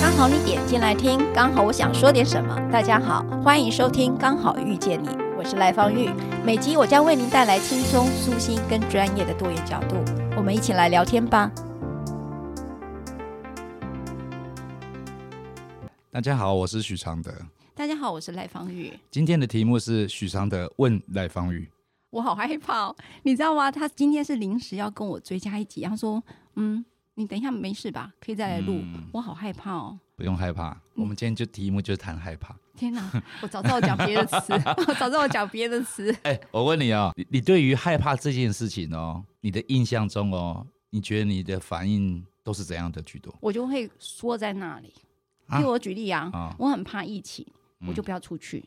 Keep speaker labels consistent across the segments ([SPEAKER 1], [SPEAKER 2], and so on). [SPEAKER 1] 刚好你点进来听，刚好我想说点什么。大家好，欢迎收听《刚好遇见你》，我是赖芳玉。每集我将为您带来轻松、舒心跟专业的多元角度，我们一起来聊天吧。
[SPEAKER 2] 大家好，我是许常德。
[SPEAKER 1] 大家好，我是赖芳玉。
[SPEAKER 2] 今天的题目是许常德问赖芳玉。
[SPEAKER 1] 我好害怕、哦，你知道吗？他今天是临时要跟我追加一集，他说：“嗯，你等一下没事吧？可以再来录。
[SPEAKER 2] 嗯
[SPEAKER 1] 我好害怕哦。
[SPEAKER 2] 不用害怕，我们今天就题目就谈害怕。
[SPEAKER 1] 天哪！我早知道我讲别的词，我早知道我讲别的词。
[SPEAKER 2] 哎、我问你哦，你你对于害怕这件事情哦，你的印象中哦，你觉得你的反应都是怎样的居多？
[SPEAKER 1] 我就会缩在那里。
[SPEAKER 2] 啊
[SPEAKER 1] 譬如我举例啊，
[SPEAKER 2] 啊
[SPEAKER 1] 我很怕疫情，
[SPEAKER 2] 嗯
[SPEAKER 1] 我就不要出去。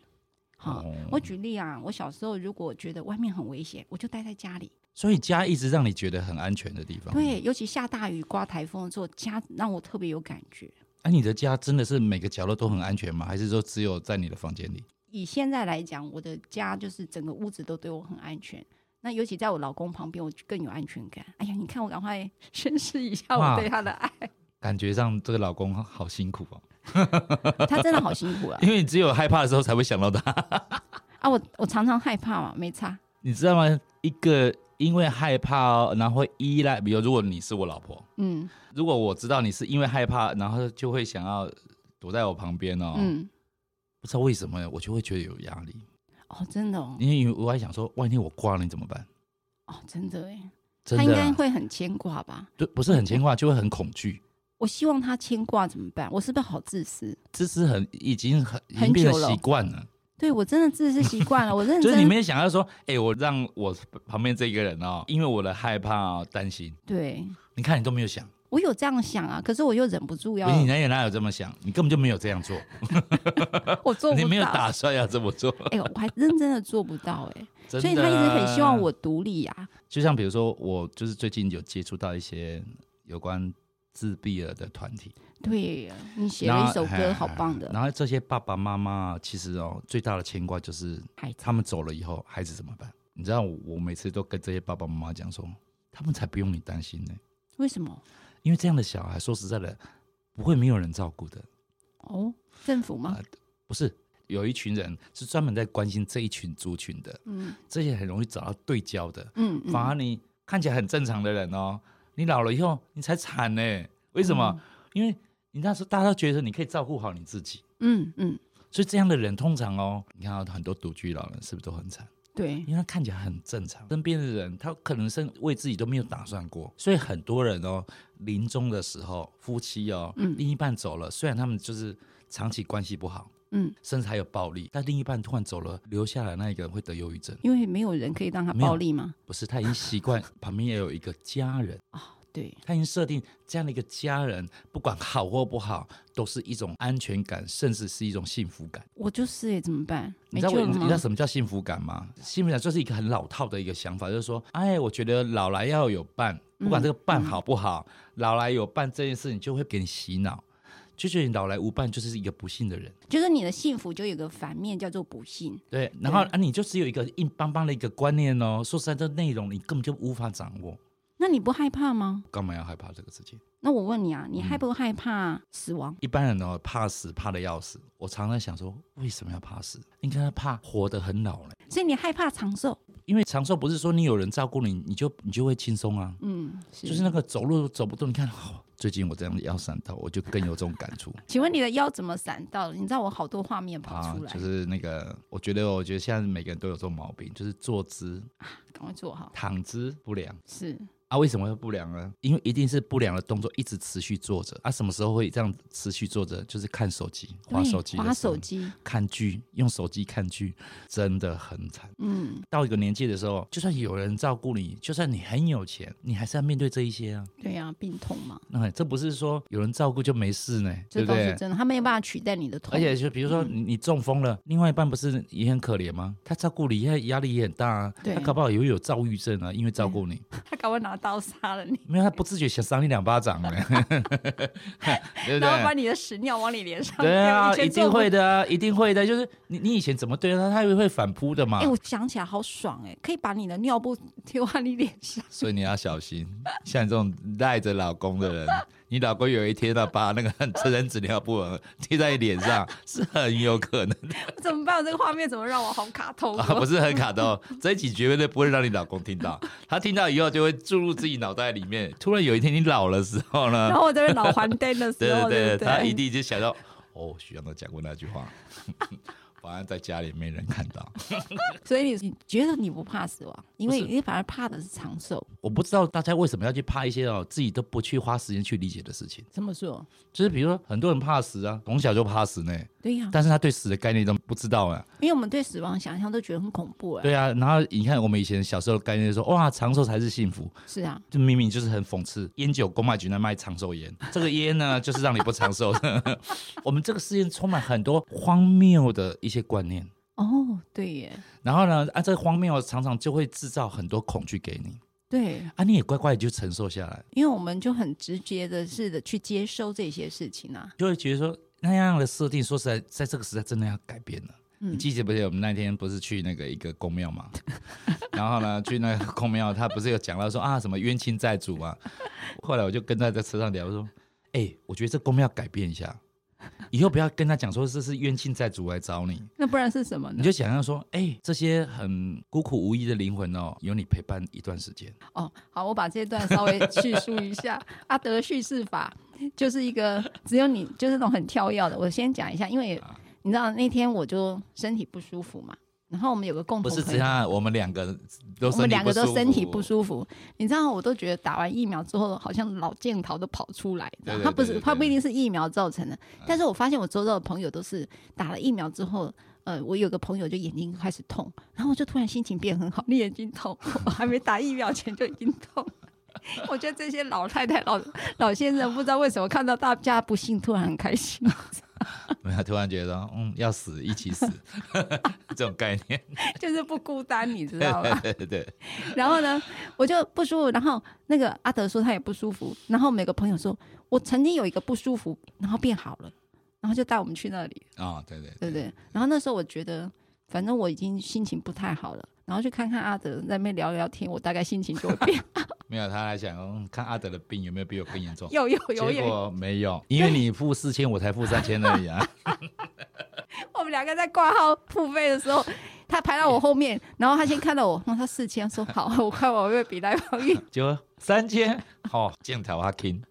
[SPEAKER 1] 好、
[SPEAKER 2] 哦
[SPEAKER 1] 我举例啊，我小时候如果觉得外面很危险，我就待在家里。
[SPEAKER 2] 所以家一直让你觉得很安全的地方。，
[SPEAKER 1] 对，尤其下大雨、刮台风的时候，家让我特别有感觉。
[SPEAKER 2] 哎、你的家真的是每个角落都很安全吗？还是说只有在你的房间里？
[SPEAKER 1] 以现在来讲，我的家就是整个屋子都对我很安全。那尤其在我老公旁边，我就更有安全感。哎呀，你看我赶快 宣示一下我
[SPEAKER 2] 哇
[SPEAKER 1] 对他的爱，
[SPEAKER 2] 感觉上这个老公好辛苦哦，
[SPEAKER 1] 他真的好辛 苦了
[SPEAKER 2] 因为你只有害怕的时候才会想到他。
[SPEAKER 1] 啊！我我常常害怕嘛，没差。
[SPEAKER 2] 你知道吗？一个因为害怕哦，然后会依赖，比如如果你是我老婆，
[SPEAKER 1] 嗯
[SPEAKER 2] 如果我知道你是因为害怕，然后就会想要躲在我旁边哦，
[SPEAKER 1] 嗯，
[SPEAKER 2] 不知道为什么我就会觉得有压力，
[SPEAKER 1] 哦，真的哦，
[SPEAKER 2] 因为我还想说，万一我挂了你怎么办？
[SPEAKER 1] 哦，真的哎。
[SPEAKER 2] 真
[SPEAKER 1] 他应
[SPEAKER 2] 的
[SPEAKER 1] 该
[SPEAKER 2] 啊
[SPEAKER 1] 会很牵挂吧？
[SPEAKER 2] 对，不是很牵挂，就会很恐惧。
[SPEAKER 1] 我希望他牵挂怎么办？我是不是好自私？
[SPEAKER 2] 这是很已经很已
[SPEAKER 1] 很
[SPEAKER 2] 经变
[SPEAKER 1] 久
[SPEAKER 2] 成
[SPEAKER 1] 了
[SPEAKER 2] 习惯了，
[SPEAKER 1] 对我真的自私习 惯了，我认
[SPEAKER 2] 就是
[SPEAKER 1] 嗯
[SPEAKER 2] 你
[SPEAKER 1] 真。
[SPEAKER 2] 没想要说，哎、我让我旁边这个人哦，因为我的害怕、哦、担心，
[SPEAKER 1] 对
[SPEAKER 2] 你看你都没有想，
[SPEAKER 1] 我有这样想啊，可是我又忍不住要
[SPEAKER 2] 不，是你哪有哪有这么想，你根本就没有这样做，
[SPEAKER 1] 我做不
[SPEAKER 2] 你
[SPEAKER 1] 到。
[SPEAKER 2] 没有打算要这么做，
[SPEAKER 1] 哎、我还认真的做不到哎、
[SPEAKER 2] 真
[SPEAKER 1] 所以
[SPEAKER 2] 的
[SPEAKER 1] 他一直很希望
[SPEAKER 2] 啊
[SPEAKER 1] 我独立啊。
[SPEAKER 2] 就像比如说，我就是最近有接触到一些有关自闭儿的团体，
[SPEAKER 1] 对你写
[SPEAKER 2] 然
[SPEAKER 1] 了
[SPEAKER 2] 后
[SPEAKER 1] 一首歌，
[SPEAKER 2] 哎
[SPEAKER 1] 好棒的。
[SPEAKER 2] 然后这些爸爸妈妈其实哦，最大的牵挂就是
[SPEAKER 1] 孩子
[SPEAKER 2] 他们走了以后，孩子怎么办？你知道我，我每次都跟这些爸爸妈妈讲说，他们才不用你担心呢，
[SPEAKER 1] 为什么？
[SPEAKER 2] 因为这样的小孩，说实在的，不会没有人照顾的。
[SPEAKER 1] 哦，政府吗？
[SPEAKER 2] 啊不是，有一群人是专门在关心这一群族群的，
[SPEAKER 1] 嗯
[SPEAKER 2] 这些很容易找到对焦的。
[SPEAKER 1] 嗯
[SPEAKER 2] 反而
[SPEAKER 1] 嗯，
[SPEAKER 2] 你看起来很正常的人哦，你老了以后你才惨呢、为什
[SPEAKER 1] 嗯
[SPEAKER 2] 么？因为你那时候大家都觉得你可以照顾好你自己，
[SPEAKER 1] 嗯嗯，
[SPEAKER 2] 所以这样的人通常哦，你看到很多独居老人是不是都很惨？
[SPEAKER 1] 对
[SPEAKER 2] 因为他看起来很正常，身边的人他可能是为自己都没有打算过，所以很多人哦，临终的时候夫妻哦，
[SPEAKER 1] 嗯
[SPEAKER 2] 另一半走了，虽然他们就是长期关系不好，
[SPEAKER 1] 嗯，
[SPEAKER 2] 甚至还有暴力，但另一半突然走了，留下来那一个人会得忧郁症，
[SPEAKER 1] 因为没有人可以让他
[SPEAKER 2] 没有
[SPEAKER 1] 暴力嘛。
[SPEAKER 2] 不是他已经习惯旁边也有一个家人。
[SPEAKER 1] 对，
[SPEAKER 2] 他已经设定这样的一个家人，不管好或不好，都是一种安全感，甚至是一种幸福感。
[SPEAKER 1] 我就是哎、怎么办？
[SPEAKER 2] 你
[SPEAKER 1] 没
[SPEAKER 2] 知道
[SPEAKER 1] 救
[SPEAKER 2] 我
[SPEAKER 1] 了
[SPEAKER 2] 你
[SPEAKER 1] 吗
[SPEAKER 2] 知道？什么叫幸福感吗？幸福感就是一个很老套的一个想法，就是说，哎，我觉得老来要有伴，不管这个伴好不好，老来有伴这件事情就会给你洗脑，就觉得你老来无伴就是一个不幸的人。
[SPEAKER 1] 就是你的幸福就有个反面叫做不幸。
[SPEAKER 2] 对，然后啊，你就只有一个硬邦邦的一个观念哦。说实在，这内容你根本就无法掌握，
[SPEAKER 1] 那你不害怕吗？
[SPEAKER 2] 干嘛要害怕这个事情？
[SPEAKER 1] 那我问你啊，你
[SPEAKER 2] 嗯
[SPEAKER 1] 害不害怕死亡？
[SPEAKER 2] 一般人哦，怕死怕的要死。我常常想说，为什么要怕死？应该怕活得很老嘞。
[SPEAKER 1] 所以你害怕长寿？
[SPEAKER 2] 因为长寿不是说你有人照顾你，你就你就会轻松啊。
[SPEAKER 1] 嗯，是
[SPEAKER 2] 就是那个走路走不动，你看、哦，最近我这样腰闪到，我就更有这种感触
[SPEAKER 1] 请问你的腰怎么闪到的？你知道我好多画面 跑
[SPEAKER 2] 啊
[SPEAKER 1] 出来，。
[SPEAKER 2] 就是那个，我觉得我觉得现在每个人都有这种毛病，就是坐姿
[SPEAKER 1] 赶快坐好。
[SPEAKER 2] 躺姿不良。
[SPEAKER 1] 是，
[SPEAKER 2] 啊，为什么会不良呢？因为一定是不良的动作一直持续做着。啊，什么时候会这样持续做着？就是看手机、
[SPEAKER 1] 对
[SPEAKER 2] 划手机、
[SPEAKER 1] 划手、机，
[SPEAKER 2] 看剧，用手机看剧，真的很惨。
[SPEAKER 1] 嗯，
[SPEAKER 2] 到一个年纪的时候，就算有人照顾你，就算你很有钱，你还是要面对这一些啊。
[SPEAKER 1] 对呀、病痛嘛，
[SPEAKER 2] 那、这不是说有人照顾就没事呢，
[SPEAKER 1] 这
[SPEAKER 2] 对不
[SPEAKER 1] 倒是
[SPEAKER 2] 对？
[SPEAKER 1] 真的，他嗯没有办法取代你的痛。
[SPEAKER 2] 而且就比如说你你中风了，另外一半不是也很可怜吗？他照顾你，他压力也很大啊。
[SPEAKER 1] 对
[SPEAKER 2] 他搞不好也有躁郁症啊，因为照顾你，
[SPEAKER 1] 他搞快拿刀杀了你，
[SPEAKER 2] 没有他不自觉想赏你两 巴掌呢，对不
[SPEAKER 1] 然后把
[SPEAKER 2] 对？
[SPEAKER 1] 你的屎尿往你脸上
[SPEAKER 2] 对
[SPEAKER 1] 丢
[SPEAKER 2] 啊，
[SPEAKER 1] 以前
[SPEAKER 2] 一
[SPEAKER 1] 做
[SPEAKER 2] 定
[SPEAKER 1] 过
[SPEAKER 2] 会的啊，一定会的。就是你你以前怎么对他，他也会反扑的嘛
[SPEAKER 1] 哎、。我想起来好爽哎、可以把你的尿布丢在你脸上。
[SPEAKER 2] 所以你要小心，像你这种赖着老公的 人，你老公有一天呢、把那个成人纸尿布贴在你脸上，是很有可能的，
[SPEAKER 1] 怎么办？这个画面怎么让我好卡通、
[SPEAKER 2] 啊、不是很卡的哦。这一集绝对不会让你老公听到，他听到以后就会注入自己脑袋里面。突然有一天你老了时候
[SPEAKER 1] 然
[SPEAKER 2] 呢，
[SPEAKER 1] 后我在那脑 还灯的
[SPEAKER 2] 对
[SPEAKER 1] 时候，
[SPEAKER 2] 对
[SPEAKER 1] 不
[SPEAKER 2] 他一定就想到，哦，徐阳都讲过那句话， 反而在家里没人看到。
[SPEAKER 1] 所以你你觉得你不怕死亡，因为
[SPEAKER 2] 不是
[SPEAKER 1] 你反而怕的是长寿。
[SPEAKER 2] 我不知道大家为什么要去怕一些哦自己都不去花时间去理解的事情，
[SPEAKER 1] 怎么说？
[SPEAKER 2] 就是比如说很多人怕死啊，从小就怕死呢。
[SPEAKER 1] 对呀、
[SPEAKER 2] 但是他对死的概念都不知道啊。
[SPEAKER 1] 因为我们对死亡想象都觉得很恐怖哎、
[SPEAKER 2] 对啊，然后你看我们以前小时候的概念说，哇，长寿才是幸福，
[SPEAKER 1] 是啊，
[SPEAKER 2] 这明明就是很讽刺。烟酒公卖局那卖长寿烟，这个烟呢，就是让你不长寿的。 我们这个世界充满很多荒谬的一些观念，
[SPEAKER 1] 哦，对耶，
[SPEAKER 2] 然后呢，啊，这个荒谬常常就会制造很多恐惧给你，
[SPEAKER 1] 对，
[SPEAKER 2] 啊，你也乖乖的就承受下来，
[SPEAKER 1] 因为我们就很直接的是的去接收这些事情 啊。
[SPEAKER 2] 就会觉得说那样的设定，说实在，在这个时代真的要改变了。
[SPEAKER 1] 嗯
[SPEAKER 2] 你记得不记得我们那天不是去那个一个公庙嘛？ 然后呢，去那个公庙，他不是有讲到说啊什么冤亲债主嘛？后来我就跟他在车上聊，我说：“哎、我觉得这公庙改变一下，以后不要跟他讲说这是冤亲债主来找你，
[SPEAKER 1] 那不然是什么
[SPEAKER 2] 你
[SPEAKER 1] 呢？
[SPEAKER 2] 就想象说，哎、这些很孤苦无依的灵魂哦，有你陪伴一段时间。
[SPEAKER 1] 哦，好，我把这段稍微叙述一 下。阿德的叙事法就是一个只有你就是那种很跳跃的。我先讲一下，因为
[SPEAKER 2] 啊
[SPEAKER 1] 你知道那天我就身体不舒服嘛，然后我们有个共
[SPEAKER 2] 不
[SPEAKER 1] 同
[SPEAKER 2] 是
[SPEAKER 1] 朋
[SPEAKER 2] 这
[SPEAKER 1] 友，
[SPEAKER 2] 样，我们两个都
[SPEAKER 1] 我们
[SPEAKER 2] 身体
[SPEAKER 1] 两个都
[SPEAKER 2] 不舒
[SPEAKER 1] 身体不
[SPEAKER 2] 服
[SPEAKER 1] 舒服。你知道，我都觉得打完疫苗之后，好像老健逃都跑出来，
[SPEAKER 2] 对对
[SPEAKER 1] 他不是
[SPEAKER 2] 对对
[SPEAKER 1] 他不一
[SPEAKER 2] 对
[SPEAKER 1] 定是疫苗造成的，但是我发现我周遭的朋友都是打了疫苗之后。呃，我有个朋友就眼睛开始痛，然后我就突然心情变很好。你眼睛痛，我还没打疫苗前就已经痛。 我觉得这些老太太、老老先生不知道为什么看到大家不幸，突然很开心。
[SPEAKER 2] 没有，突然觉得，嗯，要死一起死， 这种概念，
[SPEAKER 1] 就是不孤单，你知道吧？
[SPEAKER 2] 对对对，
[SPEAKER 1] 然后呢，我就不舒服。然后那个阿德说他也不舒服。然后我们有个朋友说，我曾经有一个不舒服，然后变好了，然后就带我们去那里，
[SPEAKER 2] 啊、对对
[SPEAKER 1] 对不对？然后那时候我觉得，反正我已经心情不太好了，然后去看看阿德，在那边聊聊天，我大概心情就会 变。，
[SPEAKER 2] 没有，他还想、嗯、看阿德的病有没有比我更严重
[SPEAKER 1] 有有有
[SPEAKER 2] 结
[SPEAKER 1] 有，
[SPEAKER 2] 果没有，因为你付四千，我才付三千而已啊。
[SPEAKER 1] 我们两个在挂号付费的时候。他排到我后面，然后他先看到我，然后他四千，说好，我看我会不会比来宝玉
[SPEAKER 2] 结果三千，好、哦，镜头阿 King，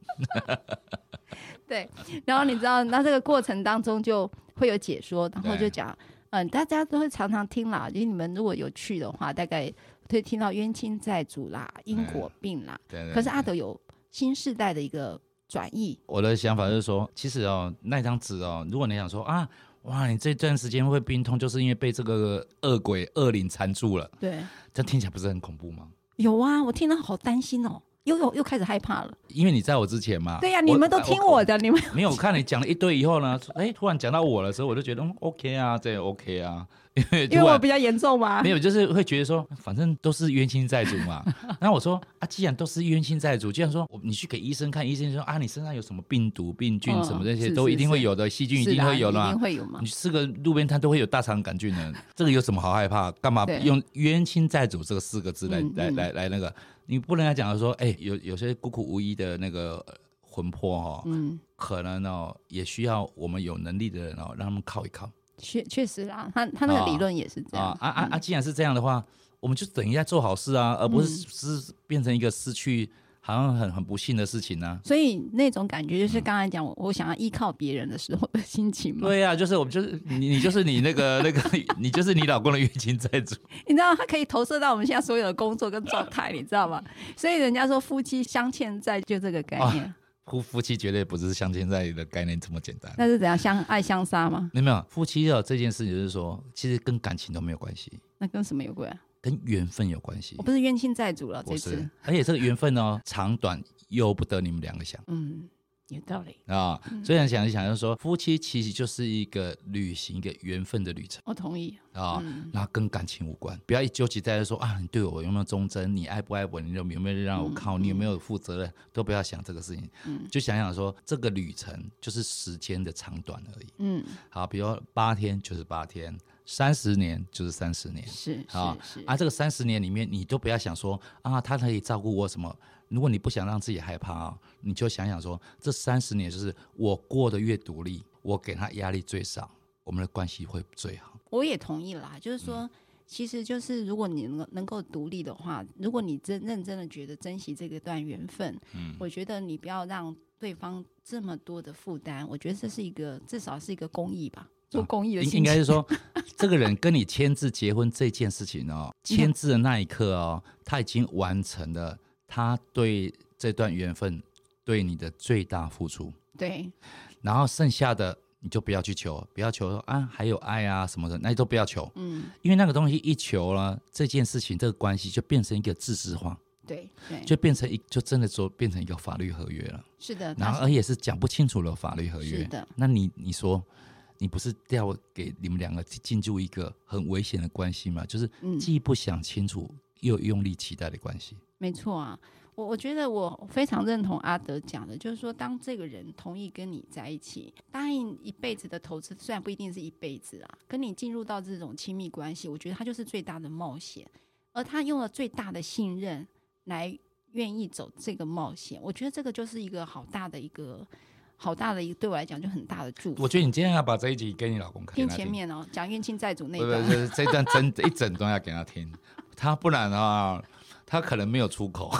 [SPEAKER 1] 对，然后你知道，那这个过程当中就会有解说，然后就
[SPEAKER 2] 对
[SPEAKER 1] 讲，嗯，大家都会常常听啦，因为你们如果有去的话，大概会听到冤亲债主啦、因果病啦。
[SPEAKER 2] 对对
[SPEAKER 1] 可是阿德有新时代的一个转译，
[SPEAKER 2] 我的想法就是说，其实哦，那张纸哦，如果你想说啊，哇，你这段时间会病痛，就是因为被这个恶鬼恶灵缠住了，
[SPEAKER 1] 对，
[SPEAKER 2] 这听起来不是很恐怖吗？
[SPEAKER 1] 有啊，我听到好担心哦，又又又开始害怕了。
[SPEAKER 2] 因为你在我之前嘛，
[SPEAKER 1] 对呀、
[SPEAKER 2] 我
[SPEAKER 1] 你们都听我的，你们
[SPEAKER 2] 没有，啊我看你讲了一堆以后呢，哎，突然讲到我的时候，我就觉得嗯 OK 啊，这也 OK 啊， 因为
[SPEAKER 1] 因为
[SPEAKER 2] 突
[SPEAKER 1] 我
[SPEAKER 2] 然
[SPEAKER 1] 比较严重嘛
[SPEAKER 2] 没。有，就是会觉得说，哎反正都是冤亲债主 嘛。然后我说啊，既然都是冤亲债主，既然说我你去给医生看，医生说啊，你身上有什么病毒、病菌
[SPEAKER 1] 嗯
[SPEAKER 2] 什么这些、
[SPEAKER 1] 是
[SPEAKER 2] 都
[SPEAKER 1] 是
[SPEAKER 2] 一定
[SPEAKER 1] 是
[SPEAKER 2] 会有的，细菌一
[SPEAKER 1] 是
[SPEAKER 2] 定
[SPEAKER 1] 啦
[SPEAKER 2] 会有的
[SPEAKER 1] 一定
[SPEAKER 2] 嘛。
[SPEAKER 1] 会有嘛
[SPEAKER 2] 你。吃个路边摊都会有大肠杆菌 的，这个有什么好害怕？干嘛
[SPEAKER 1] 对
[SPEAKER 2] 用冤亲债主这个四个字来、
[SPEAKER 1] 嗯
[SPEAKER 2] 来
[SPEAKER 1] 嗯
[SPEAKER 2] 来来那个？你不能来讲说，哎、有有些孤苦无依的那个呃魂魄哦，
[SPEAKER 1] 嗯，
[SPEAKER 2] 可能哦，也需要我们有能力的人哦，让他们靠一靠
[SPEAKER 1] 确确实啦，他他那个理
[SPEAKER 2] 啊
[SPEAKER 1] 论也是这样嗯
[SPEAKER 2] 啊啊啊啊！既然是这样的话，我们就等一下做好事啊，而不是是变成一个失去好像很很不幸的事情啊呢、
[SPEAKER 1] 所以那种感觉就是刚才讲，我我想要依靠别人的时候的心情嘛。
[SPEAKER 2] 对呀、啊就是我们就是你，你就是你那个 那个，你就是你老公的冤亲债主。
[SPEAKER 1] 你知道，它可以投射到我们现在所有的工作跟状态，你知道 吗？所以人家说夫妻相欠债，就这个概念，
[SPEAKER 2] 夫夫妻绝对不是相亲债的概念这么简单。
[SPEAKER 1] 那是怎样相爱相杀吗？
[SPEAKER 2] 没有没有，夫妻的这件事情就是说，其实跟感情都没有关系，
[SPEAKER 1] 那跟什么有关？
[SPEAKER 2] 跟缘分有关系
[SPEAKER 1] 我。不是冤亲债主了，这
[SPEAKER 2] 我
[SPEAKER 1] 次
[SPEAKER 2] 是，，而且这个缘分呢，长短由不得你们两个想。
[SPEAKER 1] 嗯，有道理。
[SPEAKER 2] 啊，
[SPEAKER 1] 嗯
[SPEAKER 2] 所以想一想，就是说夫妻其实就是一个旅行、一个缘分的旅程
[SPEAKER 1] 我同意，
[SPEAKER 2] 啊，
[SPEAKER 1] 嗯
[SPEAKER 2] 那跟感情无关，不要一纠结在说啊，你对我有没有忠贞，你爱不爱我，你有没有让我靠，你有没有负责任，都不要想这个事情，
[SPEAKER 1] 嗯
[SPEAKER 2] 就想想说这个旅程就是时间的长短而已。
[SPEAKER 1] 嗯，
[SPEAKER 2] 好，比如说八天就是八天，三十年就是三十年。
[SPEAKER 1] 是
[SPEAKER 2] 啊
[SPEAKER 1] 是是，
[SPEAKER 2] 啊，这个三十年里面，你都不要想说啊，他可以照顾我什么。如果你不想让自己害怕啊，你就想想说，这三十年就是我过得越独立，我给他压力最少，我们的关系会最好。
[SPEAKER 1] 我也同意啦，就是
[SPEAKER 2] 嗯
[SPEAKER 1] 说。其实就是，如果你能够能够独立的话，如果你真认真的觉得珍惜这个段缘分，
[SPEAKER 2] 嗯
[SPEAKER 1] 我觉得你不要让对方这么多的负担，我觉得这是一个至少是一个公益吧，做公益的
[SPEAKER 2] 应
[SPEAKER 1] 心
[SPEAKER 2] 应该
[SPEAKER 1] 情
[SPEAKER 2] 是说，这个人跟你签字结婚这件事情哦，签字的那一刻哦，他已经完成了他对这段缘分对你的最大付出。
[SPEAKER 1] 对，
[SPEAKER 2] 然后剩下的你就不要去求，不要求说啊还有爱啊什么的，那都不要求，
[SPEAKER 1] 嗯，
[SPEAKER 2] 因为那个东西一求了，这件事情这个关系就变成一个自治化，
[SPEAKER 1] 对对，
[SPEAKER 2] 就变成一就真的说变成一个法律合约了，
[SPEAKER 1] 是的，
[SPEAKER 2] 然后
[SPEAKER 1] 他
[SPEAKER 2] 而且是讲不清楚的法律合
[SPEAKER 1] 是
[SPEAKER 2] 约。
[SPEAKER 1] 的，
[SPEAKER 2] 那你你说，你不是掉给你们两个进入一个很危险的关系吗？就是
[SPEAKER 1] 嗯
[SPEAKER 2] 既不想清楚又用力期待的关系。
[SPEAKER 1] 没错啊。我我觉得我非常认同阿德讲的，就是说，当这个人同意跟你在一起，答应一辈子的投资，虽然不一定是一辈子啊，跟你进入到这种亲密关系，我觉得他就是最大的冒险，而他用了最大的信任来愿意走这个冒险，我觉得这个就是一个好大的一个好大的一个对我来讲就很大的祝福。
[SPEAKER 2] 我觉得你今天要把这一集给你老公看，
[SPEAKER 1] 听
[SPEAKER 2] 给他
[SPEAKER 1] 前面哦，讲冤亲债主那
[SPEAKER 2] 不
[SPEAKER 1] 段
[SPEAKER 2] 不，就是这段真 一整段要给他听，他不然的话，他可能没有出口。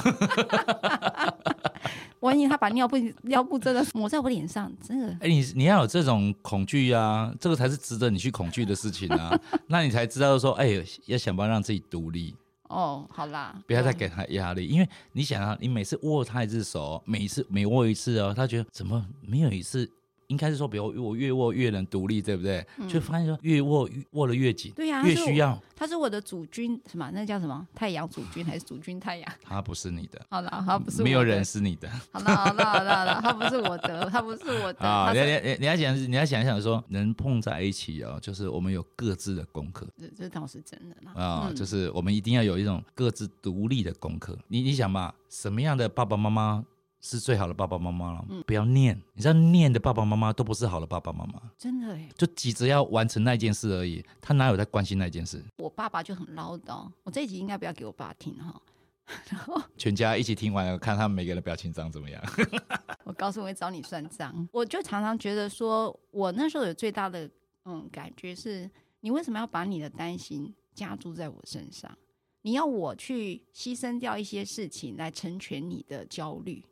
[SPEAKER 1] 万一他把尿布尿布真的抹在我脸上，真的
[SPEAKER 2] 哎、你你要有这种恐惧啊，这个才是值得你去恐惧的事情啊。 那你才知道说，哎、要想办法让自己独立，
[SPEAKER 1] 哦，好啦，
[SPEAKER 2] 不要再给他压力，因为你想啊，你每次握他一只手，每一次每握一次哦，他觉得怎么没有一次。应该是说，比如我越握越能独立，对不对？就发现说越握越握的越紧，
[SPEAKER 1] 嗯对呀
[SPEAKER 2] 越
[SPEAKER 1] 他是
[SPEAKER 2] 需要。
[SPEAKER 1] 他是我的主君，什么？那叫什么？太阳主君还是主君太阳？
[SPEAKER 2] 他不是你的，
[SPEAKER 1] 好了，他不是我的
[SPEAKER 2] 没有人。是你的。
[SPEAKER 1] 好了，好了，好了，好了，他不是我的， 他不是我的。他
[SPEAKER 2] 啊，你
[SPEAKER 1] 是
[SPEAKER 2] 你你你要想，你要想一想说，能碰在一起哦，就是我们有各自的功课
[SPEAKER 1] 这这倒是真的啦。
[SPEAKER 2] 啊，就是是我们一定要有一种各自独立的功课。你你想嘛，什么样的爸爸妈妈是最好的爸爸妈妈了？
[SPEAKER 1] 嗯
[SPEAKER 2] 不要念，你知道念的爸爸妈妈都不是好的爸爸妈妈，
[SPEAKER 1] 真的哎，
[SPEAKER 2] 就急着要完成那件事而已，他哪有在关心那件事？
[SPEAKER 1] 我爸爸就很唠叨。我这一集应该不要给我爸听哈。然后
[SPEAKER 2] 全家一起听完，看他们每个人的表情长怎么样。
[SPEAKER 1] 我告诉我会找你算账。我就常常觉得说，我那时候有最大的嗯感觉是，你为什么要把你的担心加注在我身上？你要我去牺牲掉一些事情来成全你的焦虑？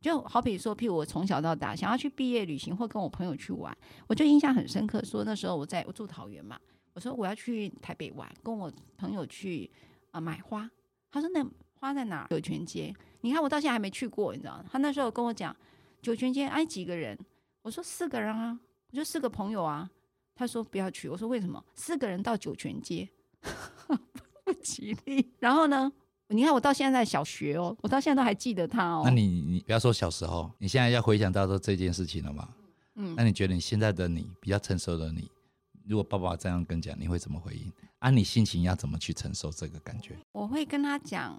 [SPEAKER 1] 就好比说，譬如我从小到大想要去毕业旅行或跟我朋友去玩，我就印象很深刻。说那时候我在我住桃园嘛，我说我要去台北玩，跟我朋友去啊、呃买花。他说那花在哪？酒泉街。你看我到现在还没去过，你知道吗？他那时候跟我讲酒泉街，哎几个人？我说四个人啊，我就四个朋友啊。他说不要去，我说为什么？四个人到酒泉街 不吉利。然后呢，你看我到现在在小学哦，我到现在都还记得他哦。
[SPEAKER 2] 那你你不要说小时候，你现在要回想到说这件事情了嘛？
[SPEAKER 1] 嗯
[SPEAKER 2] 那你觉得你现在的你比较成熟的你，如果爸爸这样跟你讲，你会怎么回应？啊，你心情要怎么去承受这个感觉？
[SPEAKER 1] 我会跟他讲，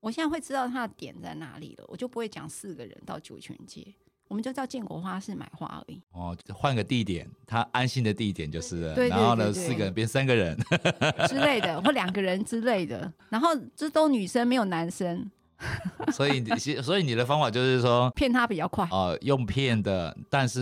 [SPEAKER 1] 我现在会知道他的点在哪里了，我就不会讲四个人到九泉街，我们就到建国花市买花而 已。
[SPEAKER 2] 哦，换个地点，他安心的地点就是了。
[SPEAKER 1] 对对对
[SPEAKER 2] 然后呢，
[SPEAKER 1] 对对
[SPEAKER 2] 四个人变三个人，
[SPEAKER 1] 之类的，或两个人之类的。然后这都女生没有男生，
[SPEAKER 2] 所以你其所以你的方法就是说，
[SPEAKER 1] 骗他比较快。
[SPEAKER 2] 呃，用骗的，但是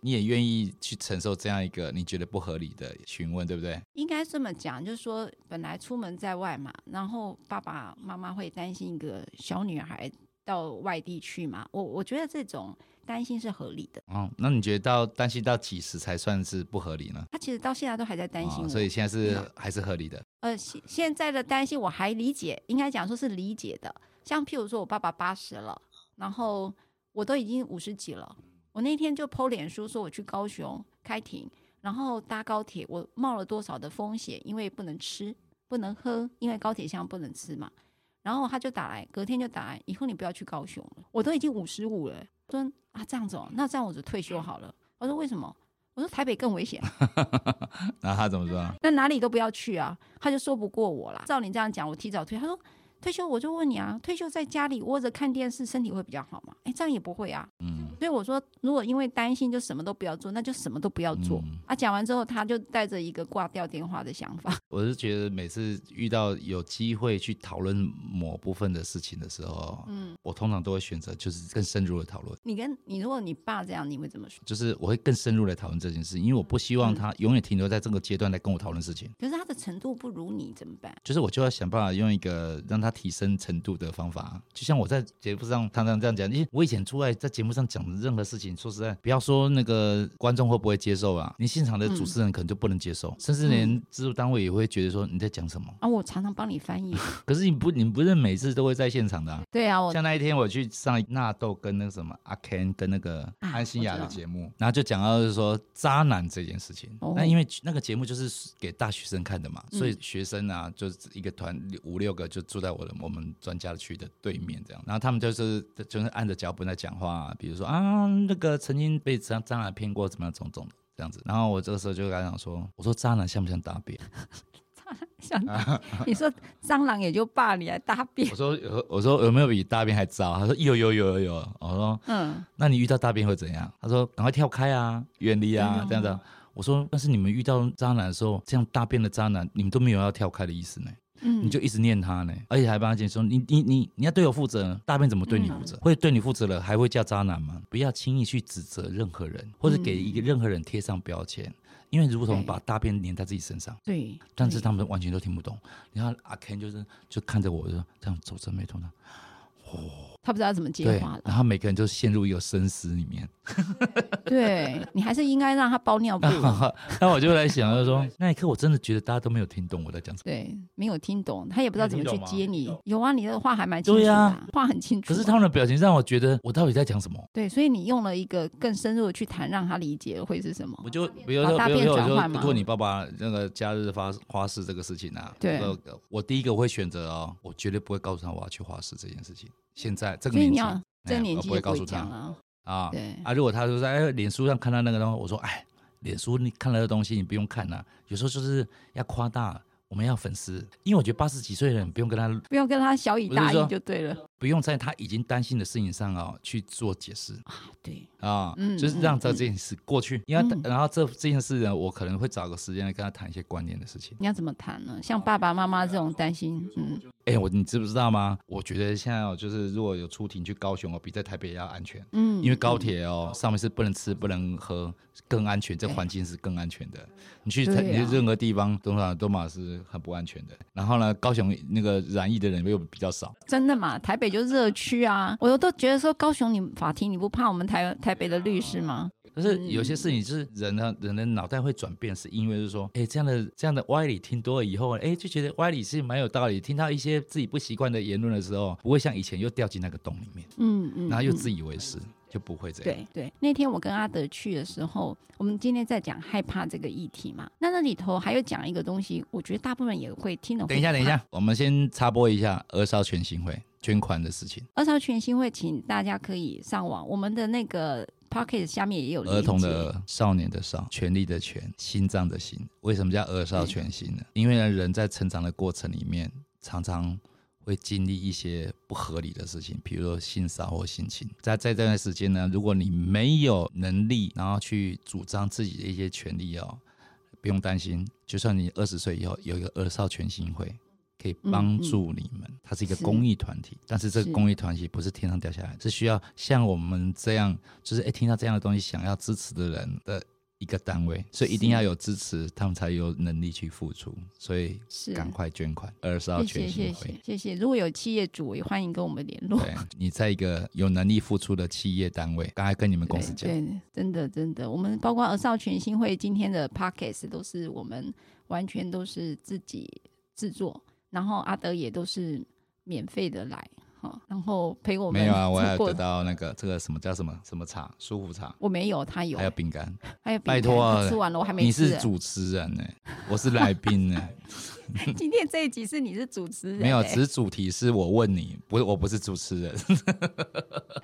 [SPEAKER 2] 你也愿意去承受这样一个你觉得不合理的询问，对不对？
[SPEAKER 1] 应该这么讲，就是说本来出门在外嘛，然后爸爸妈妈会担心一个小女孩到外地去嘛。我我觉得这种担心是合理的。
[SPEAKER 2] 哦，那你觉得到担心到几时才算是不合理呢？
[SPEAKER 1] 他其实到现在都还在担心我、嗯
[SPEAKER 2] 哦所以现在是、还是合理的。
[SPEAKER 1] 呃，现现在的担心我还理解，应该讲说是理解的。像譬如说我爸爸八十了，然后我都已经五十几了，我那天就剖脸书说我去高雄开庭，然后搭高铁，我冒了多少的风险，因为不能吃不能喝，因为高铁厢不能吃嘛。然后他就打来，隔天就打来，以后你不要去高雄了，我都已经五十五了。说啊这样子哦，那这样我就退休好了。我说为什么？我说台北更危险。
[SPEAKER 2] 然后他怎么说？
[SPEAKER 1] 那哪里都不要去啊。他就说不过我啦。照你这样讲，我提早退。他说退休，我就问你啊，退休在家里窝着看电视，身体会比较好吗？哎，这样也不会啊。
[SPEAKER 2] 嗯，
[SPEAKER 1] 所以我说，如果因为担心就什么都不要做，那就什么都不要做、
[SPEAKER 2] 嗯
[SPEAKER 1] 啊。讲完之后，他就带着一个挂掉电话的想法。
[SPEAKER 2] 我是觉得每次遇到有机会去讨论某部分的事情的时候，
[SPEAKER 1] 嗯，
[SPEAKER 2] 我通常都会选择就是更深入的讨论，
[SPEAKER 1] 你跟你，如果你爸这样，你会怎么说？
[SPEAKER 2] 就是我会更深入的讨论这件事，因为我不希望他永远停留在这个阶段来跟我讨论事情。
[SPEAKER 1] 可是他的程度不如你怎么办？
[SPEAKER 2] 就是我就要想办法用一个让他提升程度的方法，就像我在节目上常常这样讲，因为我以前出来在节目上讲任何事情，说实在，不要说那个观众会不会接受啊，你现场的主持人可能就不能接受，甚至连制作单位也会觉得说你在讲什么。
[SPEAKER 1] 啊，我常常帮你翻译。
[SPEAKER 2] 可是你不，你不是每次都会在现场的、啊。
[SPEAKER 1] 对啊，我
[SPEAKER 2] 像那一天我去上纳豆跟那个什么阿 Ken 跟那个
[SPEAKER 1] 啊
[SPEAKER 2] 安心雅
[SPEAKER 1] 我
[SPEAKER 2] 的
[SPEAKER 1] 知道
[SPEAKER 2] 节目，然后就讲到就是说渣男这件事情。
[SPEAKER 1] 哦
[SPEAKER 2] 那因为那个节目就是给大学生看的嘛，
[SPEAKER 1] 嗯
[SPEAKER 2] 所以学生啊就是一个团五六个就住在我的我们专家区的对面这样，然后他们就是就是按着脚本在讲话、比如说啊那个曾经被渣渣男骗过怎么样种种的。这样子，然后我这个时候就跟他讲说：“我说渣男像不像大便？
[SPEAKER 1] 想你说蟑螂也就罢，你还大便
[SPEAKER 2] 我。说有，我说有没有比大便还糟？他说有有有有有。我说
[SPEAKER 1] 嗯，
[SPEAKER 2] 那你遇到大便会怎样？他说赶快跳开啊，远离啊，这样子啊。我说，但是你们遇到渣男的时候，这样大便的渣男，你们都没有要跳开的意思呢，
[SPEAKER 1] 嗯
[SPEAKER 2] 你就一直念他呢，而且还帮他解释说，你你你你要对我负责，大便怎么对你负
[SPEAKER 1] 嗯
[SPEAKER 2] 责？会对你负责了，还会叫渣男吗？不要轻易去指责任何人，或者给一个任何人贴上标签，因为如同
[SPEAKER 1] 嗯对
[SPEAKER 2] 把大便粘在自己身上。
[SPEAKER 1] 嗯对，
[SPEAKER 2] 但是
[SPEAKER 1] 对
[SPEAKER 2] 他们完全都听不懂。然后阿 Ken 就是就看着我就说这样皱着眉头呢，
[SPEAKER 1] 他不知道怎么接
[SPEAKER 2] 对
[SPEAKER 1] 话，了。
[SPEAKER 2] 然后每个人就陷入一个深思里面。
[SPEAKER 1] 对你还是应该让他包尿布。
[SPEAKER 2] 啊那我就来想，就说 那一刻我真的觉得大家都没有听懂我在讲什 么。
[SPEAKER 1] 对，没有听懂，他也不知道怎么
[SPEAKER 2] 没有
[SPEAKER 1] 去
[SPEAKER 2] 听懂吗
[SPEAKER 1] 接你。有啊，你的话还蛮清楚
[SPEAKER 2] 对
[SPEAKER 1] 的、
[SPEAKER 2] 啊
[SPEAKER 1] 话很清楚啊、
[SPEAKER 2] 可是他们的表情让我觉得我到底在讲什么？
[SPEAKER 1] 对，所以你用了一个更深入的去谈，让他理解会是什么
[SPEAKER 2] 我？就比如说，
[SPEAKER 1] 哦把大
[SPEAKER 2] 比
[SPEAKER 1] 便
[SPEAKER 2] 如说，我
[SPEAKER 1] 转换
[SPEAKER 2] 就
[SPEAKER 1] 嘛
[SPEAKER 2] 做你爸爸那个假日花花市这个事情啊，
[SPEAKER 1] 对
[SPEAKER 2] 这个我第一个会选择哦，我绝对不会告诉他我要去花市这件事情。现在这个
[SPEAKER 1] 所以
[SPEAKER 2] 年
[SPEAKER 1] 你
[SPEAKER 2] 纪，
[SPEAKER 1] 要
[SPEAKER 2] 哎
[SPEAKER 1] 这
[SPEAKER 2] 呀
[SPEAKER 1] 年
[SPEAKER 2] 我
[SPEAKER 1] 纪
[SPEAKER 2] 不会
[SPEAKER 1] 也不
[SPEAKER 2] 告
[SPEAKER 1] 会
[SPEAKER 2] 诉他
[SPEAKER 1] 讲了，
[SPEAKER 2] 啊，
[SPEAKER 1] 对
[SPEAKER 2] 啊，如果他就在哎，脸书上看到那个东西，我说哎，脸书你看到的东西你不用看啦、啊有时候就是要夸大，我们要粉丝，因为我觉得八十几岁的人不用跟他，
[SPEAKER 1] 不要跟他小以
[SPEAKER 2] 不是
[SPEAKER 1] 大
[SPEAKER 2] 说
[SPEAKER 1] 义就对了。
[SPEAKER 2] 不用在他已经担心的事情上哦去做解释
[SPEAKER 1] 对，
[SPEAKER 2] 啊，
[SPEAKER 1] 嗯
[SPEAKER 2] 就是让这件事过去，因为他
[SPEAKER 1] 嗯
[SPEAKER 2] 然后这这件事呢，我可能会找个时间来跟他谈一些观念的事情。
[SPEAKER 1] 你要怎么谈呢？像爸爸妈妈这种担心， 嗯，
[SPEAKER 2] 哎，我你知不知道吗？我觉得现在哦，就是如果有出庭去高雄哦，比在台北要安全。
[SPEAKER 1] 嗯，
[SPEAKER 2] 因为高铁哦，上面是不能吃、不能喝，更安全，这环境是更安全的。你去、
[SPEAKER 1] 对啊
[SPEAKER 2] 你去任何地方，多少多嘛是很不安全的。然后呢，高雄那个染疫的人又比较少，
[SPEAKER 1] 真的嘛，台北就热区啊，我都觉得说高雄你法庭你不怕我们台台北的律师吗？
[SPEAKER 2] 但是有些事情就是人呢，人的脑袋会转变，是因为就是说，
[SPEAKER 1] 嗯
[SPEAKER 2] 哎，这样的这样的歪理听多了以后，哎，就觉得歪理是蛮有道理。听到一些自己不习惯的言论的时候，不会像以前又掉进那个洞里面，
[SPEAKER 1] 嗯嗯，
[SPEAKER 2] 然后又
[SPEAKER 1] 嗯
[SPEAKER 2] 自以为是，就不会这样。
[SPEAKER 1] 对对，那天我跟阿德去的时候，我们今天在讲害怕这个议题嘛，那那里头还有讲一个东西，我觉得大部分人也会听得会
[SPEAKER 2] 等一下，
[SPEAKER 1] 怕
[SPEAKER 2] 等一，下，我们先插播一下儿少全行会捐款的事情。
[SPEAKER 1] 二少全新会，请大家可以上网，我们的那个 Pocket 下面也有
[SPEAKER 2] 儿童
[SPEAKER 1] 连接
[SPEAKER 2] 的、少年的少、权力的权、心脏的心。为什么叫儿少全心呢？因为呢，人在成长的过程里面，常常会经历一些不合理的事情，比如说性骚或性侵。在在这段时间呢，如果你没有能力，然后去主张自己的一些权利哦，不用担心，就算你二十岁以后有一个儿少全心会。可以帮助你们，它是一个
[SPEAKER 1] 是
[SPEAKER 2] 公益团体，但是这
[SPEAKER 1] 是
[SPEAKER 2] 个公益团体不是天上掉下来，是需要像我们这样就是哎、诶听到这样的东西想要支持的人的一个单位，所以一定要有支持，他们才有能力去付出。所以
[SPEAKER 1] 是
[SPEAKER 2] 赶快捐款，二十号
[SPEAKER 1] 谢谢
[SPEAKER 2] 全
[SPEAKER 1] 谢
[SPEAKER 2] 新
[SPEAKER 1] 谢
[SPEAKER 2] 会。
[SPEAKER 1] 谢谢，如果有企业主，也欢迎跟我们联络。
[SPEAKER 2] 对，你在一个有能力付出的企业单位，刚才跟你们公司讲，
[SPEAKER 1] 对，对真的真的，我们包括儿少群星会今天的 podcast 都是我们完全都是自己制作，然后阿德也都是免费的来哈，然后陪我们
[SPEAKER 2] 没有啊，我还
[SPEAKER 1] 走
[SPEAKER 2] 有
[SPEAKER 1] 过
[SPEAKER 2] 得到那个这个什么叫什么什么茶，舒服茶，
[SPEAKER 1] 我没有，他有，
[SPEAKER 2] 还有饼干。
[SPEAKER 1] 还有饼
[SPEAKER 2] 拜
[SPEAKER 1] 干
[SPEAKER 2] 托啊
[SPEAKER 1] 他吃完了我还没
[SPEAKER 2] 你
[SPEAKER 1] 吃
[SPEAKER 2] 是
[SPEAKER 1] 欸。
[SPEAKER 2] 主持人呢、我是来宾呢、
[SPEAKER 1] 今天这一集是你是主持人欸，
[SPEAKER 2] 没有，只是主题是我问你，不是我不是主持人。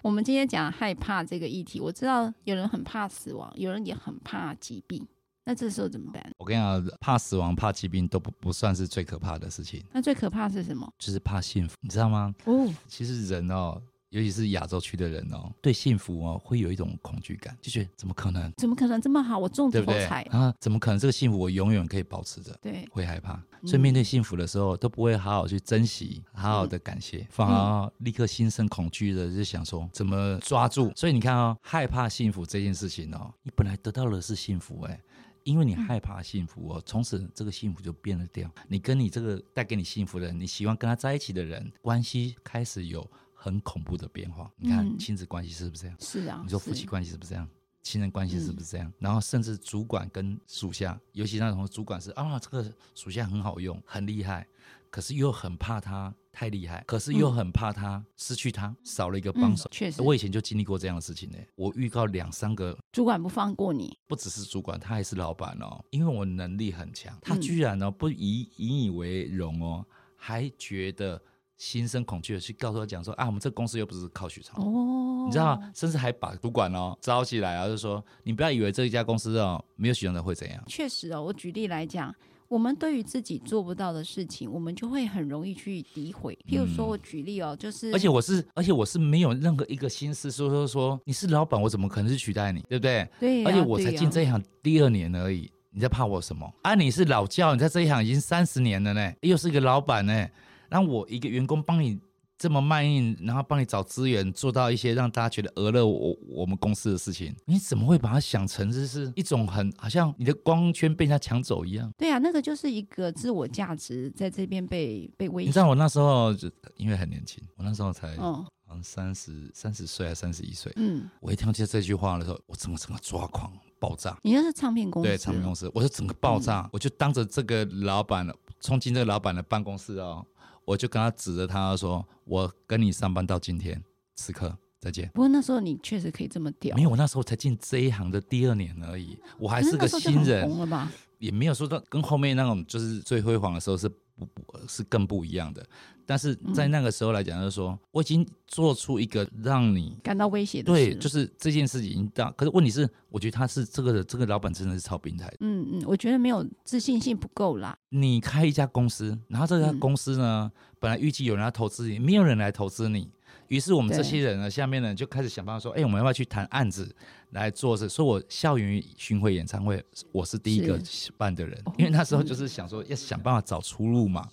[SPEAKER 1] 我们今天讲害怕这个议题，我知道有人很怕死亡，有人也很怕疾病，那这时候怎么办？
[SPEAKER 2] 我跟你讲，怕死亡、怕疾病都不不算是最可怕的事情，
[SPEAKER 1] 那最可怕是什么？
[SPEAKER 2] 就是怕幸福，你知道吗？
[SPEAKER 1] 哦，
[SPEAKER 2] 其实人哦，尤其是亚洲区的人哦，对幸福哦会有一种恐惧感，就觉得怎么可能，
[SPEAKER 1] 怎么可能这么好？我中头
[SPEAKER 2] 对不对？
[SPEAKER 1] 彩，
[SPEAKER 2] 啊，怎么可能这个幸福我永远可以保持着？
[SPEAKER 1] 对，
[SPEAKER 2] 会害怕，
[SPEAKER 1] 嗯
[SPEAKER 2] 所以面对幸福的时候都不会好好去珍惜，好好的感谢，
[SPEAKER 1] 嗯
[SPEAKER 2] 反而立刻心生恐惧的就想说怎么抓住。所以你看哦，害怕幸福这件事情哦，你本来得到的是幸福哎、因
[SPEAKER 1] 嗯
[SPEAKER 2] 为你害怕幸福哦，从此这个幸福就变了调。你跟你这个带给你幸福的人，你希望跟他在一起的人，关系开始有很恐怖的变化。你看
[SPEAKER 1] 嗯
[SPEAKER 2] 亲子关系是不是这样？
[SPEAKER 1] 是啊，
[SPEAKER 2] 你说夫
[SPEAKER 1] 是嗯
[SPEAKER 2] 妻关系是不是这样？亲人关系是不是这样？然后甚至主管跟属下，尤其那种主管是啊，这个属下很好用，很厉害，可是又很怕他太厉害，可是又很怕他失去他，少了一个帮手
[SPEAKER 1] 嗯。确实，
[SPEAKER 2] 我以前就经历过这样的事情呢、我预告两三个，
[SPEAKER 1] 主管不放过你，
[SPEAKER 2] 不只是主管，他还是老板哦，因为我能力很强，他
[SPEAKER 1] 嗯
[SPEAKER 2] 居然哦不以引以为荣哦，还觉得心生恐惧的去告诉他讲说啊，我们这公司又不是靠许昌。
[SPEAKER 1] 哦，
[SPEAKER 2] 你知道吗？甚至还把主管哦招起来啊，就说你不要以为这一家公司哦没有许能的会怎样，
[SPEAKER 1] 确实哦，我举例来讲，我们对于自己做不到的事情，我们就会很容易去诋毁。譬如说，我举例哦，就是
[SPEAKER 2] 嗯而且我是而且我是没有任何一个心思说说说你是老板，我怎么可能去取代你，对不对？
[SPEAKER 1] 对呀、
[SPEAKER 2] 而且我才
[SPEAKER 1] 对呀啊
[SPEAKER 2] 进这一行第二年而已，你在怕我什么？啊，你是老教，你在这一行已经三十年了呢，又是一个老板呢，让我一个员工帮你这么卖命，然后帮你找资源，做到一些让大家觉得讹了我我们公司的事情，你怎么会把它想成这是一种很好像你的光圈被人家抢走一样？
[SPEAKER 1] 对呀、那个就是一个自我价值在这边被被威
[SPEAKER 2] 你
[SPEAKER 1] 胁。
[SPEAKER 2] 知道我那时候就因为很年轻，我那时候才好
[SPEAKER 1] 哦，
[SPEAKER 2] 像三十三十岁还三十一岁，
[SPEAKER 1] 嗯，
[SPEAKER 2] 我一听见这句话的时候，我整个整个抓狂爆炸。
[SPEAKER 1] 你那是唱片公司，哦嗯
[SPEAKER 2] 对，唱片公
[SPEAKER 1] 司，
[SPEAKER 2] 司，我就整个爆炸，我就当着这个老板，冲进这个老板的办公室哦，我就跟他指着他说：“我跟你上班到今天，此刻再见。
[SPEAKER 1] 不过那时候你确实可以这么”屌，
[SPEAKER 2] 没有，我那时候才进这一行的第二年而已，我还
[SPEAKER 1] 可
[SPEAKER 2] 是
[SPEAKER 1] 那
[SPEAKER 2] 个
[SPEAKER 1] 时候就
[SPEAKER 2] 新
[SPEAKER 1] 很
[SPEAKER 2] 人
[SPEAKER 1] 红，了吧？
[SPEAKER 2] 也没有说到跟后面那种就是最辉煌的时候是不不是更不一样的。但是在那个时候来讲，就是说、我已经做出一个让你
[SPEAKER 1] 感到威胁的事
[SPEAKER 2] 对，就是这件事情已经到。可是问题是，我觉得他是这个这个老板真的是超变态的。
[SPEAKER 1] 嗯嗯，我觉得没有自信心不够啦。
[SPEAKER 2] 你开一家公司，然后这家
[SPEAKER 1] 嗯
[SPEAKER 2] 公司呢，本来预计有人要投资你，没有人来投资你，于是我们
[SPEAKER 1] 对
[SPEAKER 2] 这些人呢，下面呢就开始想办法说，哎、我们要不要去谈案子来做事？所以我校园巡回演唱会，我是第一个办的人
[SPEAKER 1] 哦，
[SPEAKER 2] 因为那时候就是想说要想办法找出路嘛。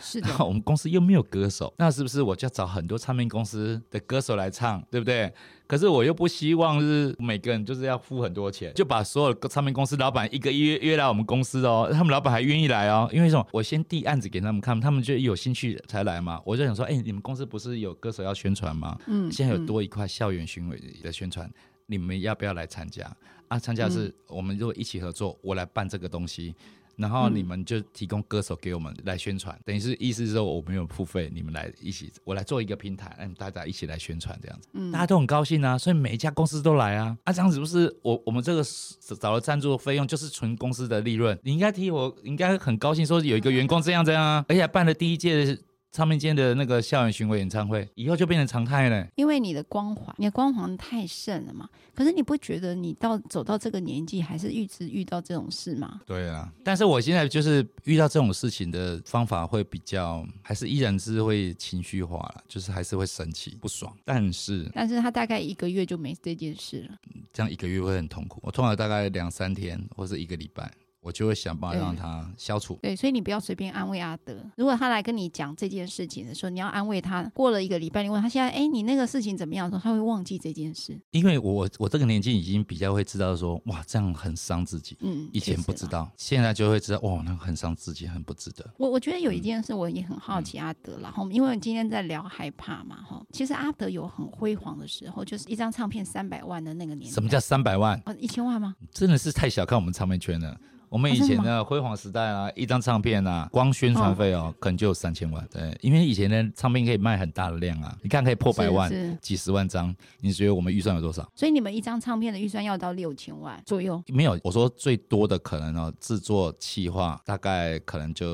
[SPEAKER 1] 是的
[SPEAKER 2] 然，后我们公司又没有歌手，那是不是我就要找很多唱片公司的歌手来唱，对不对？可是我又不希望是每个人就是要付很多钱，就把所有的唱片公司老板一个约约来我们公司哦，他们老板还愿意来哦，因为什么？我先递案子给他们看，他们就有兴趣才来嘛。我就想说，哎，你们公司不是有歌手要宣传吗？
[SPEAKER 1] 嗯，
[SPEAKER 2] 现在有
[SPEAKER 1] 嗯
[SPEAKER 2] 多一块校园巡回的宣传，你们要不要来参加？啊，参加
[SPEAKER 1] 嗯
[SPEAKER 2] 是我们如果一起合作，我来办这个东西，然后
[SPEAKER 1] 嗯
[SPEAKER 2] 你们就提供歌手给我们来宣传，等于是意思是说我没有付费，你们来一起，我来做一个平台，嗯，大家一起来宣传这样子，
[SPEAKER 1] 嗯
[SPEAKER 2] 大家都很高兴啊，所以每一家公司都来啊，啊，这样子不是我我们这个找了赞助费用就是纯公司的利润，你应该替我应该很高兴，说有一个员工这样这样啊，而且还办了第一届的唱片界的那个校园巡回演唱会，以后就变成常态了。
[SPEAKER 1] 因为你的光环，你的光环太盛了嘛。可是你不觉得你到走到这个年纪，还是一直遇到这种事吗？
[SPEAKER 2] 对啊，但是我现在就是遇到这种事情的方法会比较，还是依然是会情绪化了，就是还是会生气、不爽。但是
[SPEAKER 1] 但是他大概一个月就没这件事了。
[SPEAKER 2] 这样一个月会很痛苦，我通常大概两三天或是一个礼拜，我就会想办法让它消除。
[SPEAKER 1] 对，所以你不要随便安慰阿德。如果他来跟你讲这件事情的时候，你要安慰他。过了一个礼拜，你问他现在，哎，你那个事情怎么样的时候，他会忘记这件事。
[SPEAKER 2] 因为我我这个年纪已经比较会知道说，哇，这样很伤自己。
[SPEAKER 1] 嗯，
[SPEAKER 2] 以前
[SPEAKER 1] 确实
[SPEAKER 2] 不知
[SPEAKER 1] 啦。
[SPEAKER 2] 道，现在就会知道，哇，那个很伤自己，很不值得。
[SPEAKER 1] 我我觉得有一
[SPEAKER 2] 嗯
[SPEAKER 1] 件事我也很好奇阿德啦，然后因为我们今天在聊害怕嘛，哈，其实阿德有很辉煌的时候，就是一张唱片三百万的那个年代。
[SPEAKER 2] 什么叫？三百万？
[SPEAKER 1] 哦，一千万吗？
[SPEAKER 2] 真的是太小看我们唱片圈了。我们
[SPEAKER 1] 哦
[SPEAKER 2] 以
[SPEAKER 1] 真的
[SPEAKER 2] 前的辉煌时代啊，一张唱片啊，光宣传费哦，可能就有三千万。对，因为以前的唱片可以卖很大的量啊，你看可以破百万
[SPEAKER 1] 是，是
[SPEAKER 2] 几十万张。你觉得我们预算有多少？
[SPEAKER 1] 所以你们一张唱片的预算要到六千万左右。
[SPEAKER 2] 没有，我说最多的可能哦，制作企划大概可能就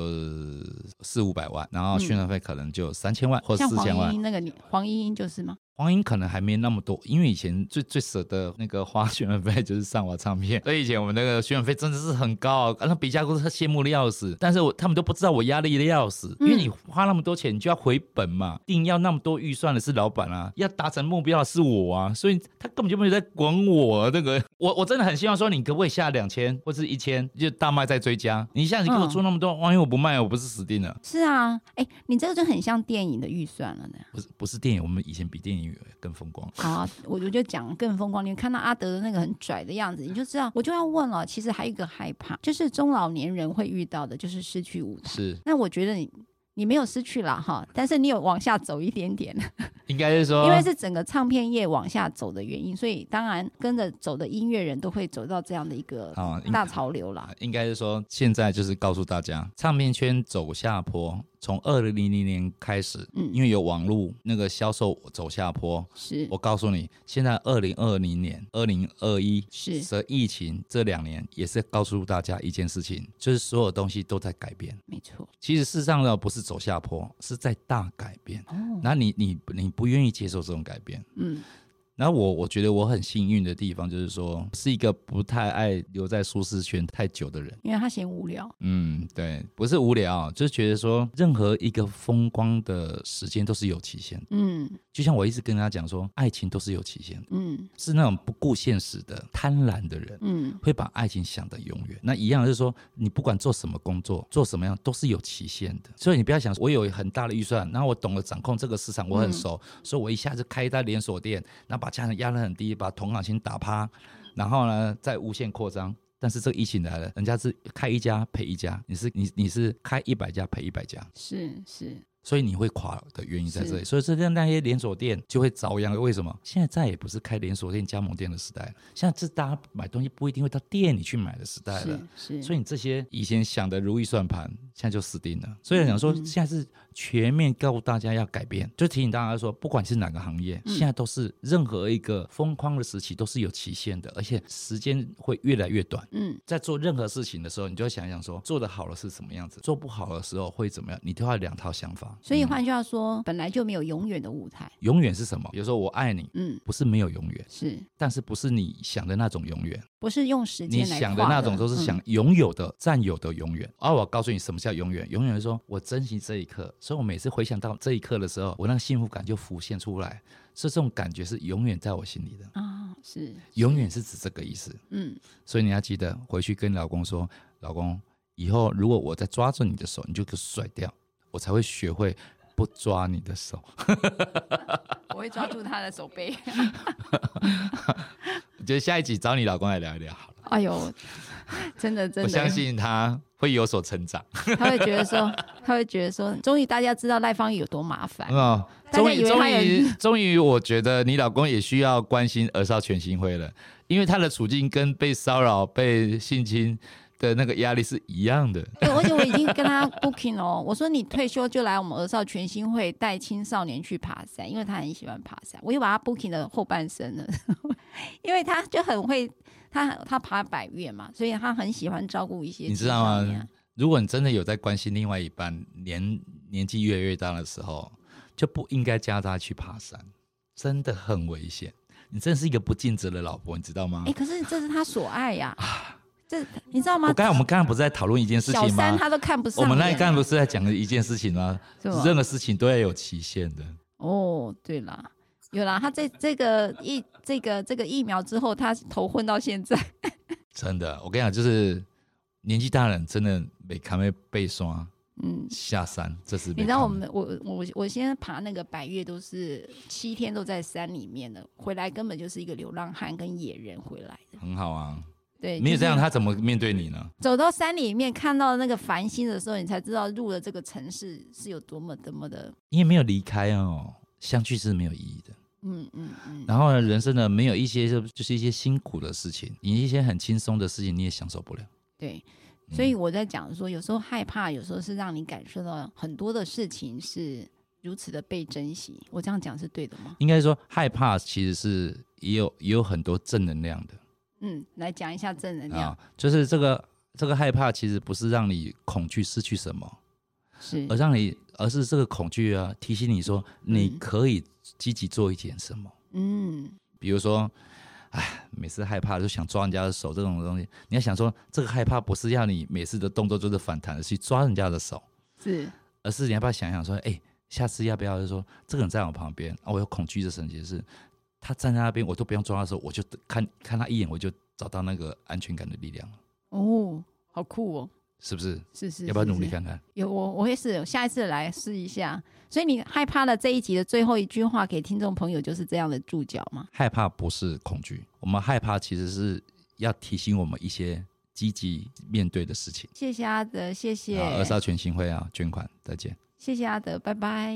[SPEAKER 2] 四五百万，然后宣传费可能就三千万或
[SPEAKER 1] 嗯像
[SPEAKER 2] 四
[SPEAKER 1] 黄
[SPEAKER 2] 千
[SPEAKER 1] 莺
[SPEAKER 2] 万。
[SPEAKER 1] 莺那个年，黄莺莺就是吗？
[SPEAKER 2] 黄英可能还没那么多，因为以前最最舍得那个花宣传费就是上华唱片， 所以以前我们那个宣传费真的是很高、啊，那比价公司羡慕的要死，但是我他们都不知道我压力的要死，
[SPEAKER 1] 嗯
[SPEAKER 2] 因为你花那么多钱，你就要回本嘛，定要那么多预算的是老板啊，要达成目标的是我啊，所以他根本就没有在管我、啊、那个，我我真的很希望说你可不可以下两千或是一千，就大卖再追加，你一下子给我
[SPEAKER 1] 嗯
[SPEAKER 2] 出那么多，万一我不卖，我不是死定了？
[SPEAKER 1] 是啊，哎，你这个就很像电影的预算了呢。
[SPEAKER 2] 不是不是电影，我们以前比电影更风光。
[SPEAKER 1] 好、啊， 我我就讲更风光。你看到阿德的那个很拽的样子，你就知道。我就要问了，其实还有一个害怕，就是中老年人会遇到的，就是失去舞台。
[SPEAKER 2] 是，
[SPEAKER 1] 那我觉得你你没有失去了哈，但是你有往下走一点点，
[SPEAKER 2] 应该是说，
[SPEAKER 1] 因为是整个唱片业往下走的原因，所以当然跟着走的音乐人都会走到这样的一个
[SPEAKER 2] 啊应
[SPEAKER 1] 大潮流啦。
[SPEAKER 2] 啊应该是说现在就是告诉大家，唱片圈走下坡，从二零零零年开始，
[SPEAKER 1] 嗯
[SPEAKER 2] 因为有网络那个销售走下坡。
[SPEAKER 1] 是
[SPEAKER 2] 我告诉你，现在二零二零年、二零二一
[SPEAKER 1] 是
[SPEAKER 2] 这疫情这两年，也是告诉大家一件事情，就是所有东西都在改变。
[SPEAKER 1] 没错，
[SPEAKER 2] 其实事实上呢，不是走下坡，是在大改变。
[SPEAKER 1] 哦，
[SPEAKER 2] 那你你你不愿意接受这种改变，
[SPEAKER 1] 嗯，
[SPEAKER 2] 然后我我觉得我很幸运的地方就是说，是一个不太爱留在舒适圈太久的人。
[SPEAKER 1] 因为他嫌无聊，
[SPEAKER 2] 嗯，对，不是无聊，就是觉得说，任何一个风光的时间都是有期限的。
[SPEAKER 1] 嗯
[SPEAKER 2] 就像我一直跟他讲说，爱情都是有期限的，
[SPEAKER 1] 嗯
[SPEAKER 2] 是那种不顾现实的贪婪的人。
[SPEAKER 1] 嗯，
[SPEAKER 2] 会把爱情想得永远，那一样就是说，你不管做什么工作，做什么样都是有期限的，所以你不要想我有很大的预算，然后我懂得掌控这个市场，我很熟，所以我一下子开一家连锁店，然后把价钱压得很低，把同行先打趴，然后呢再无限扩张。但是这个疫情来了，人家是开一家赔一家，你是你你是开一百家赔一百家，
[SPEAKER 1] 是是，
[SPEAKER 2] 所以你会垮的原因在这里。
[SPEAKER 1] 是
[SPEAKER 2] 所以这让那些连锁店就会遭殃。为什么？现在再也不是开连锁店、加盟店的时代了，现在是大家买东西不一定会到店里去买的时代了。
[SPEAKER 1] 是是，
[SPEAKER 2] 所
[SPEAKER 1] 以
[SPEAKER 2] 以你这些以前想的如意算盘，现在就死定了。所以想说，
[SPEAKER 1] 嗯嗯
[SPEAKER 2] 现在是全面告诉大家要改变，就提醒大家说，不管是哪个行业，
[SPEAKER 1] 嗯
[SPEAKER 2] 现在都是任何一个疯狂的时期都是有期限的，而且时间会越来越短。
[SPEAKER 1] 嗯
[SPEAKER 2] 在做任何事情的时候，你就会想一想说，做得好了是什么样子，做不好的时候会怎么样，你都要两套想法。
[SPEAKER 1] 所以
[SPEAKER 2] 嗯
[SPEAKER 1] 换句话说，本来就没有永远的舞台，
[SPEAKER 2] 永远是什么？比如说我爱你，
[SPEAKER 1] 嗯，
[SPEAKER 2] 不是没有永远，
[SPEAKER 1] 是
[SPEAKER 2] 但是不是你想的那种永远，
[SPEAKER 1] 不是用时
[SPEAKER 2] 你
[SPEAKER 1] 间来
[SPEAKER 2] 想的
[SPEAKER 1] 画
[SPEAKER 2] 那种都是
[SPEAKER 1] 嗯
[SPEAKER 2] 想拥有的、占有的永远。啊而、我告诉你什么叫永远，永远是说我珍惜这一刻，所以我每次回想到这一刻的时候，我那个幸福感就浮现出来，所以这种感觉是永远在我心里的，
[SPEAKER 1] 啊，是
[SPEAKER 2] 永远是指这个意思。
[SPEAKER 1] 嗯
[SPEAKER 2] 所以你要记得回去跟老公说，老公，以后如果我再抓住你的手，你就给我甩掉，我才会学会不抓你的手。
[SPEAKER 1] 我会抓住他的手背。
[SPEAKER 2] 我觉得下一集找你老公来聊一聊好了，
[SPEAKER 1] 哎呦，真的真的，
[SPEAKER 2] 我相信他会有所成 长。
[SPEAKER 1] 他会觉得说，他会觉得说，终于大家知道赖芳玉有多麻烦。
[SPEAKER 2] 啊、
[SPEAKER 1] 大家
[SPEAKER 2] 终
[SPEAKER 1] 以
[SPEAKER 2] 于
[SPEAKER 1] 为
[SPEAKER 2] 终
[SPEAKER 1] 他有
[SPEAKER 2] 于终于，我觉得你老公也需要关心儿少全心会了，因为他的处境跟被骚扰、被性侵的那个压力是一样的。
[SPEAKER 1] 对，而且我已经跟他 booking 了哦，我说你退休就来我们儿少全新会带青少年去爬山，因为他很喜欢爬山，我又把他 booking 了后半生了， 因为他就很会，他他爬百越嘛，所以他很喜欢照顾一些
[SPEAKER 2] 你知
[SPEAKER 1] 青
[SPEAKER 2] 道
[SPEAKER 1] 少
[SPEAKER 2] 吗
[SPEAKER 1] 年啊？
[SPEAKER 2] 如果你真的有在关心另外一半，年年纪越来越大的时候，就不应该加他去爬山，真的很危险。你真是一个不尽责的老婆，你知道吗
[SPEAKER 1] 哎、？可是这是他所爱呀、这你知道吗
[SPEAKER 2] 啊我？刚才我们刚才不是在讨论一件事
[SPEAKER 1] 小
[SPEAKER 2] 情
[SPEAKER 1] 三
[SPEAKER 2] 吗？
[SPEAKER 1] 他都看不上
[SPEAKER 2] 我
[SPEAKER 1] 眼啊，
[SPEAKER 2] 们那一刚才不是在讲一件事情吗？
[SPEAKER 1] 是吧
[SPEAKER 2] 任何事情都要有期限的。
[SPEAKER 1] 哦，对啦，有啦，他这这个疫这个这个疫苗之后，他头混到现在，
[SPEAKER 2] 真的，我跟你讲，就是年纪大人真的没看没被刷
[SPEAKER 1] 嗯，
[SPEAKER 2] 下山，这是
[SPEAKER 1] 你
[SPEAKER 2] 没
[SPEAKER 1] 知道
[SPEAKER 2] 看
[SPEAKER 1] 我们我我我现在爬那个百越都是七天都在山里面的，回来根本就是一个流浪汉跟野人回来的。
[SPEAKER 2] 很好啊，
[SPEAKER 1] 对，
[SPEAKER 2] 没有
[SPEAKER 1] 就是
[SPEAKER 2] 这样他怎么面对你呢？
[SPEAKER 1] 走到山里面看到那个繁星的时候，你才知道入了这个城市是有多么多么的，
[SPEAKER 2] 因为没有离开哦，相聚是没有意义的。
[SPEAKER 1] 嗯嗯嗯，
[SPEAKER 2] 然后呢，人生呢没有一些就就是一些辛苦的事情，你一些很轻松的事情你也享受不了。
[SPEAKER 1] 对。所
[SPEAKER 2] 嗯
[SPEAKER 1] 以我在讲说，有时候害怕，有时候是让你感受到很多的事情是如此的被珍惜。我这样讲是对的吗？
[SPEAKER 2] 应该说害怕其实是也有也有很多正能量的。
[SPEAKER 1] 嗯，来讲一下正能量，
[SPEAKER 2] 啊，就是这个这个害怕，其实不是让你恐惧失去什么，
[SPEAKER 1] 是
[SPEAKER 2] 而让你，而是这个恐惧啊，提醒你说你
[SPEAKER 1] 嗯嗯
[SPEAKER 2] 可以积极做一点什么。
[SPEAKER 1] 嗯
[SPEAKER 2] 比如说，哎，每次害怕就想抓人家的手这种东西，你要想说，这个害怕不是要你每次的动作就是反弹的去抓人家的手，
[SPEAKER 1] 是
[SPEAKER 2] 而是你要不要想一想说，哎、下次要不要就说这个人在我旁边啊，我有恐惧的神经是，他站在那边我都不用抓他的时候，我就看看他一眼，我就找到那个安全感的力量了，
[SPEAKER 1] 哦，好酷哦，
[SPEAKER 2] 是不是？
[SPEAKER 1] 是是，
[SPEAKER 2] 要不要
[SPEAKER 1] 是
[SPEAKER 2] 努力
[SPEAKER 1] 是
[SPEAKER 2] 看看？
[SPEAKER 1] 有我我会是有下一次来试一下。所以你害怕的这一集的最后一句话给听众朋友就是这样的注脚吗？
[SPEAKER 2] 害怕不是恐惧，我们害怕其实是要提醒我们一些积极面对的事情。啊
[SPEAKER 1] 谢谢阿德，谢谢，
[SPEAKER 2] 好，二十二全新会啊，捐款，再见。
[SPEAKER 1] 谢谢阿德，拜拜。